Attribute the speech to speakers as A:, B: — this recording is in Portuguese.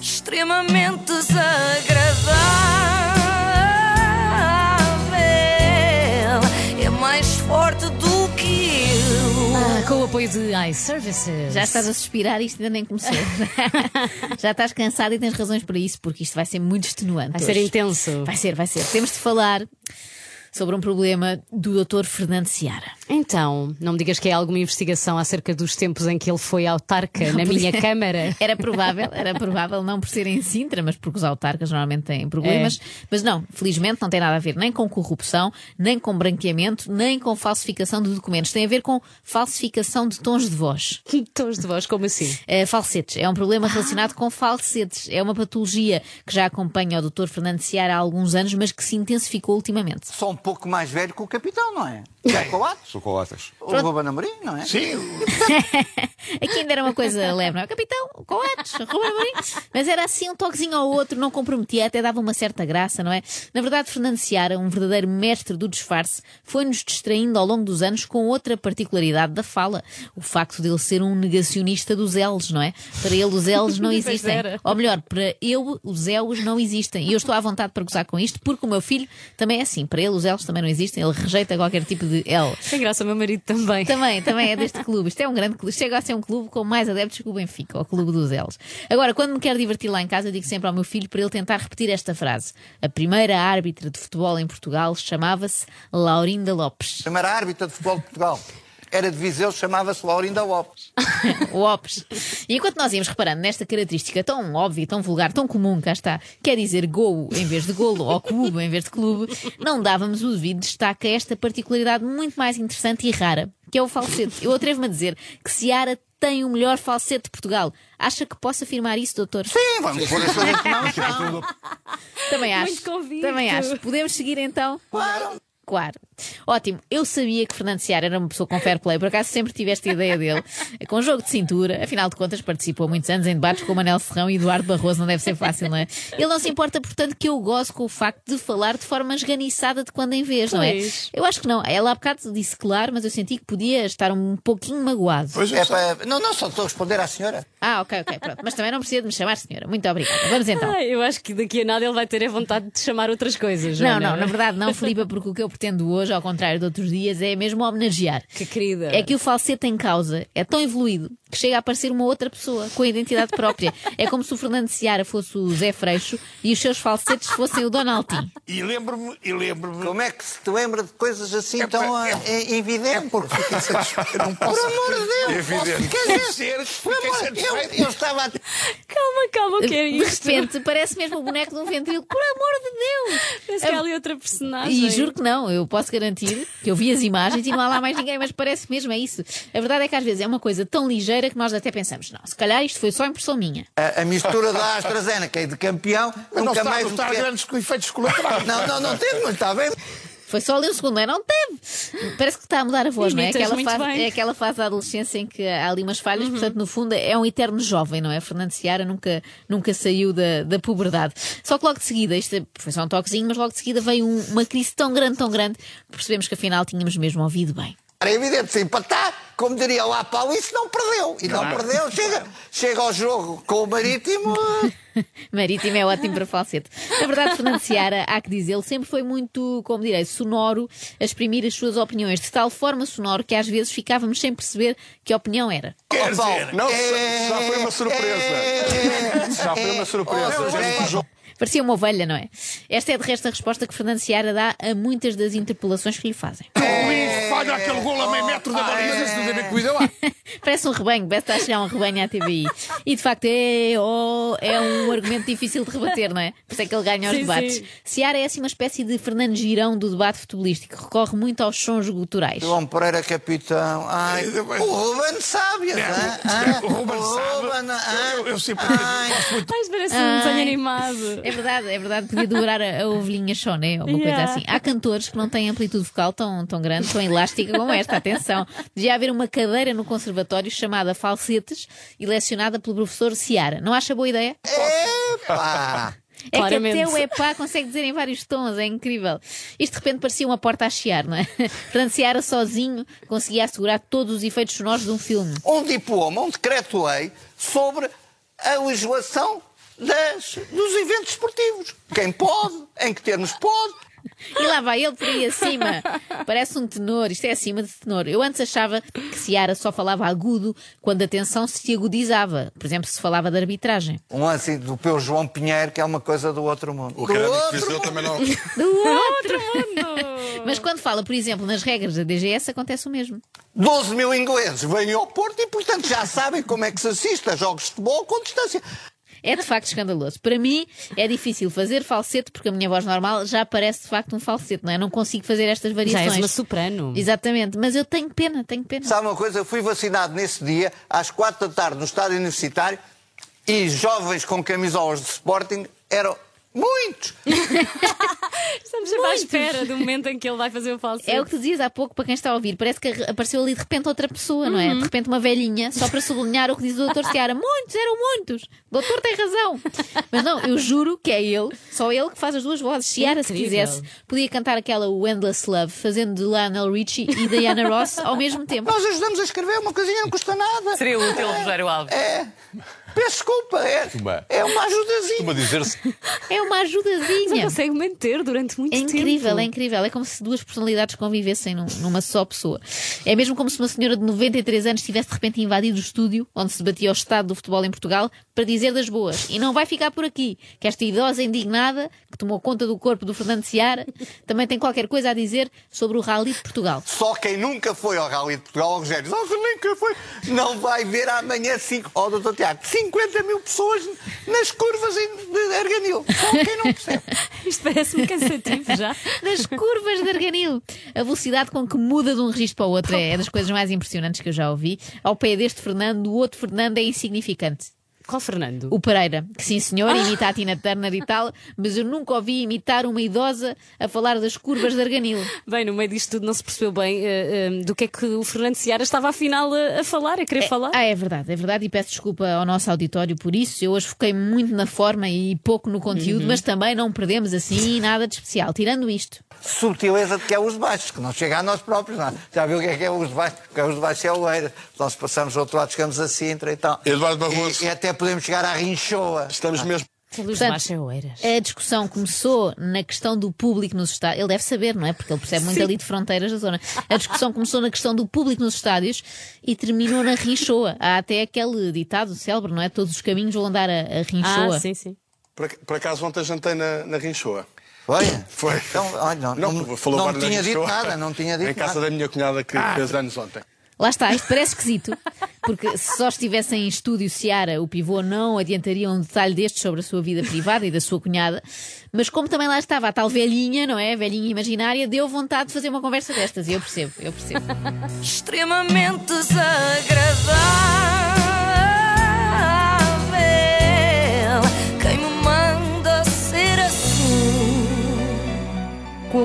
A: extremamente desagradável. É mais forte do que eu.
B: Ah, Com o apoio de iServices.
C: Já estás a suspirar e isto ainda nem começou. Já estás cansada e tens razões para isso, porque isto vai ser muito extenuante.
B: Vai ser
C: hoje.
B: intenso.
C: Vai ser, vai ser. Temos de falar sobre um problema do Dr. Fernando Seara.
B: Então, não me digas que é alguma investigação acerca dos tempos em que ele foi autarca na minha
C: é.
B: Câmara.
C: Era provável, era provável, não por ser em Sintra, mas porque os autarcas normalmente têm problemas.
B: É.
C: Mas não, felizmente não tem nada a ver nem com corrupção, nem com branqueamento, nem com falsificação de documentos. Tem a ver com falsificação de tons de voz.
B: Tons de voz, como assim?
C: Eh, falsetes. É um problema relacionado com falsetes. É uma patologia que já acompanha o Dr. Fernando Seara há alguns anos, mas que se intensificou ultimamente.
D: Só um pouco mais velho que o capitão, não é? Que é Coates,
E: Sou Coatas.
D: o Ruben Amorim, não é?
E: Sim,
C: Aqui ainda era uma coisa leve, não é? Capitão, coates, Ruben Amorim. Mas era assim um toquezinho ao outro, não comprometia, até dava uma certa graça, não é? Na verdade, Fernando Seara, um verdadeiro mestre do disfarce, foi-nos distraindo ao longo dos anos com outra particularidade da fala. O facto de ele ser um negacionista dos elos, não é? Para ele os elos não
B: Pois
C: existem.
B: era.
C: Ou melhor, para eu os elos não existem. E eu estou à vontade para gozar com isto, porque o meu filho também é assim. Para ele os elos também não existem, ele rejeita qualquer tipo de el.
B: Tem graça, o meu marido também.
C: Também, também é deste clube. Isto é um grande clube. Chega a ser um clube com mais adeptos que o Benfica, o clube dos Elos. Agora, quando me quero divertir lá em casa, eu digo sempre ao meu filho para ele tentar repetir esta frase. A primeira árbitra de futebol em Portugal chamava-se Laurinda Lopes.
D: A primeira árbitra de futebol de Portugal era de Viseu, chamava-se Laurinda Lopes.
C: Lopes. E enquanto nós íamos reparando nesta característica tão óbvia, tão vulgar, tão comum, cá está, quer dizer gol em vez de golo ou clube em vez de clube, não dávamos o devido destaque a esta particularidade muito mais interessante e rara, que é o falsete. Eu atrevo-me a dizer que Seara tem o melhor falsete de Portugal. Acha que posso afirmar isso, doutor?
D: Sim, é. vamos pôr as coisas que não são.
C: Também acho.
B: Muito convicto.
C: Também acho. Podemos seguir então? Claro. Claro. Ótimo. Eu sabia que Fernando Seara era uma pessoa com fair play, por acaso sempre tive esta ideia dele. É Com jogo de cintura, afinal de contas participou há muitos anos em debates com o Manel Serrão e Eduardo Barroso, não deve ser fácil, não é? Ele não se importa, portanto, que eu gozo com o facto de falar de forma esganiçada de quando em vez, não é?
B: Pois.
C: Eu acho que não. Ela há bocado disse claro, mas eu senti que podia estar um pouquinho magoado.
E: pois eu
D: É
E: sei.
D: para... Não, não, só estou a responder à senhora.
C: Ah, ok, ok, pronto. Mas também não precisa de me chamar senhora. Muito obrigada. Vamos então.
B: Ai, eu acho que daqui a nada ele vai ter a vontade de chamar outras coisas.
C: Não,
B: Joana.
C: não, na verdade não, Filipa, porque o que eu pretendo hoje, ao contrário de outros dias, é mesmo homenagear.
B: Que querida.
C: É que o falsete em causa é tão evoluído que chega a parecer uma outra pessoa, com a identidade própria. É como se o Fernando Seara fosse o Zé Freixo e os seus falsetes fossem o Donaldinho.
E: E lembro-me, e lembro-me.
D: Como é que se te lembra de coisas assim
E: É
D: tão ah, eh, evidentes?
E: Eu não posso.
D: Por amor de Deus,
E: É evidente.
D: posso- quer
E: Fiquei
D: dizer,
E: satisfeito.
D: Por amor, eu, eu estava a...
B: Calma, calma, o que é
C: De
B: isto?
C: repente parece mesmo o boneco de um ventríloco. Por amor de Deus!
B: Parece que há ali outra personagem.
C: E juro que não, eu posso garantir que eu vi as imagens e não há lá mais ninguém, mas parece mesmo, é isso. A verdade é que às vezes é uma coisa tão ligeira que nós até pensamos, não, se calhar isto foi só impressão minha.
D: A, a mistura da AstraZeneca e de campeão,
E: Mas não
D: nunca
E: está,
D: mais...
E: não
D: me
E: está a
D: quer-
E: grandes efeitos colaterais.
D: Não, não, não teve, não está a ver?
C: Foi só ali um segundo, não é? Não teve! Parece que está a mudar a voz, não é?
B: Imitas
C: Aquela
B: muito
C: fase,
B: bem. Uhum.
C: é aquela fase da adolescência em que há ali umas falhas, portanto, no fundo, é um eterno jovem, não é? Fernando Seara nunca, nunca saiu da, da puberdade. Só que logo de seguida, isto foi só um toquezinho, mas logo de seguida veio um- uma crise tão grande, tão grande, que percebemos que afinal tínhamos mesmo ouvido bem.
D: Era evidente, se empatar, como diria lá Paulo, isso não perdeu. E não perdeu, chega, chega ao jogo com o Marítimo.
C: Marítimo é ótimo para falsete. Na verdade, Fernando Seara, há que dizer, ele sempre foi muito, como direi, sonoro a exprimir as suas opiniões, de tal forma sonoro que às vezes ficávamos sem perceber que opinião era.
E: Quer
D: Ó, Paulo,
E: dizer, não
D: é-
F: já foi uma surpresa. Já foi uma surpresa.
D: Oh,
F: Gente do
D: é.
F: jogo.
C: Parecia uma ovelha, não é? Esta é de resto a resposta que Fernando Seara dá a muitas das interpelações que lhe fazem.
E: Luís falha aquele gol a meio metro da barriga. Mas isso não tem a ver com isso, é lá.
C: Parece um rebanho, parece que está a chegar um rebanho à TVI. E de facto é, oh, é um argumento difícil de rebater, não é? Por isso é que ele ganha os
B: Sim,
C: debates.
B: sim.
C: Seara é assim uma espécie de Fernando Girão do debate futebolístico, recorre muito aos sons guturais.
D: João Pereira, capitão. Ai, o Ruben Ah, sabe,
E: É,
D: hã?
E: o-
D: Hã?
E: o Ruben sabe.
D: hã?
E: Eu- eu sempre-
D: Ai.
B: Mas parece um desenho
C: Ai.
B: animado.
C: É verdade, é verdade, podia dobrar a, a ovelhinha choné ou uma
B: Yeah.
C: coisa assim. Há cantores que não têm amplitude vocal tão, tão grande, tão elástica como esta, atenção. Devia haver uma cadeira no conservatório chamada falsetes e lecionada pelo professor Seara. Não acha boa ideia?
D: Epá!
C: É
B: Claramente.
C: que até o epá consegue dizer em vários tons, é incrível. Isto de repente parecia uma porta a chiar, não é? Fernando Seara sozinho conseguia assegurar todos os efeitos sonoros de um filme.
D: Um diploma, um decreto-lei sobre a legislação das, dos eventos esportivos. Quem pode, em que termos pode.
C: E lá vai ele por aí acima. Parece um tenor, isto é acima de tenor. Eu antes achava que Ciara só falava agudo quando a tensão se agudizava. Por exemplo, se falava de arbitragem.
D: Um assim do Peu João Pinheiro, que é uma coisa do outro mundo.
F: O
D: Do
F: Caramba
D: outro
F: que fizeu também não.
B: Outro mundo!
C: Mas quando fala, por exemplo, nas regras da DGS, acontece o mesmo.
D: 12 mil ingleses vêm ao Porto e, portanto, já sabem como é que se assiste a jogos de futebol com distância.
C: É de facto escandaloso. Para mim é difícil fazer falsete porque a minha voz normal já parece de facto um falsete, não é? Não consigo fazer estas
B: Já
C: variações.
B: és uma soprano.
C: Exatamente, mas eu tenho pena, tenho pena.
D: Sabe uma coisa? Eu fui vacinado nesse dia, às 4 da tarde, no estádio universitário, e jovens com camisolas de Sporting eram muitos.
B: Estamos sempre à espera do momento em que ele vai fazer o falso.
C: É o que tu dizias há pouco para quem está a ouvir. Parece que apareceu ali de repente outra pessoa, não é? De repente uma velhinha, só para sublinhar o que diz o doutor Seara. Muitos, eram muitos. O doutor tem razão. Mas não, eu juro que é ele, só ele que faz as duas vozes. Seara, se
B: Incrível.
C: quisesse, podia cantar aquela o Endless Love, fazendo de Lionel Richie e Diana Ross ao mesmo tempo.
D: Nós ajudamos a escrever uma coisinha, não custa nada.
A: Seria útil, Rogério Alves.
D: É. Peço desculpa, é,
F: Tuba.
D: é uma ajudazinha.
F: Costuma dizer-se.
C: É uma
B: Não
C: ajudazinha.
B: consegue manter durante muito
C: É
B: tempo.
C: incrível, é incrível. É como se duas personalidades convivessem num- numa só pessoa. É mesmo como se uma senhora de 93 anos tivesse de repente invadido o estúdio onde se debatia o estado do futebol em Portugal para dizer das boas. E não vai ficar por aqui, que esta idosa indignada que tomou conta do corpo do Fernando Seara também tem qualquer coisa a dizer sobre o Rally de Portugal.
D: Só quem nunca foi ao Rally de Portugal, Rogério, só quem nunca foi, não vai ver amanhã cinco, ó, doutor Tiago, 50 mil pessoas nas curvas em- de Arganil. Só quem não percebe.
B: Isto parece-me cansativo já.
C: Nas curvas de Arganil. A velocidade com que muda de um registro para o outro é das coisas mais impressionantes que eu já ouvi. Ao pé deste Fernando, o outro Fernando é insignificante.
B: Qual Fernando?
C: O Pereira, que sim senhor, imita a Tina Turner e tal, mas eu nunca ouvi imitar uma idosa a falar das curvas de Arganil.
B: Bem, no meio disto tudo não se percebeu bem eh, eh, do que é que o Fernando Seara estava afinal a, a falar, a querer falar.
C: Ah, é verdade, é verdade, e peço desculpa ao nosso auditório por isso. Eu hoje foquei muito na forma e pouco no conteúdo,
B: Uhum.
C: mas também não perdemos assim nada de especial. Tirando isto,
D: Subtileza de que é os baixos, que não chega a nós próprios, não. Já viu o que é que é os baixos? O que é os baixos é o Eira. Nós passamos do outro lado, chegamos a Sintra e tal.
F: Eduardo Barroso.
D: E, e até podemos chegar à Rinchoa. Ah.
F: Estamos mesmo.
B: Luís
C: portanto, é
B: Machoeiras.
C: a discussão começou na questão do público nos estádios. Ele deve saber, não é? Porque ele percebe muito ali de fronteiras da zona. A discussão começou na questão do público nos estádios e terminou na Rinchoa. Há até aquele ditado célebre, não é? Todos os caminhos vão dar a, a Rinchoa.
B: Ah, sim, sim.
F: Por, ac- por acaso ontem jantei na, na Rinchoa.
D: Olha,
F: Foi.
D: Então, olha, não, não,
F: falou
D: não
F: Mário da
D: tinha dito
F: Rinchoa.
D: nada, não tinha
F: Em
D: dito
F: casa
D: nada.
F: da minha cunhada que
E: Ah.
F: fez anos ontem.
C: Lá está, isto parece esquisito, porque se só estivessem em estúdio Seara, o pivô não adiantaria um detalhe destes sobre a sua vida privada e da sua cunhada, mas como também lá estava a tal velhinha, não é? A velhinha imaginária, deu vontade de fazer uma conversa destas, e eu percebo, eu percebo.
A: extremamente desagradável. Quem me manda ser assim?
G: Com o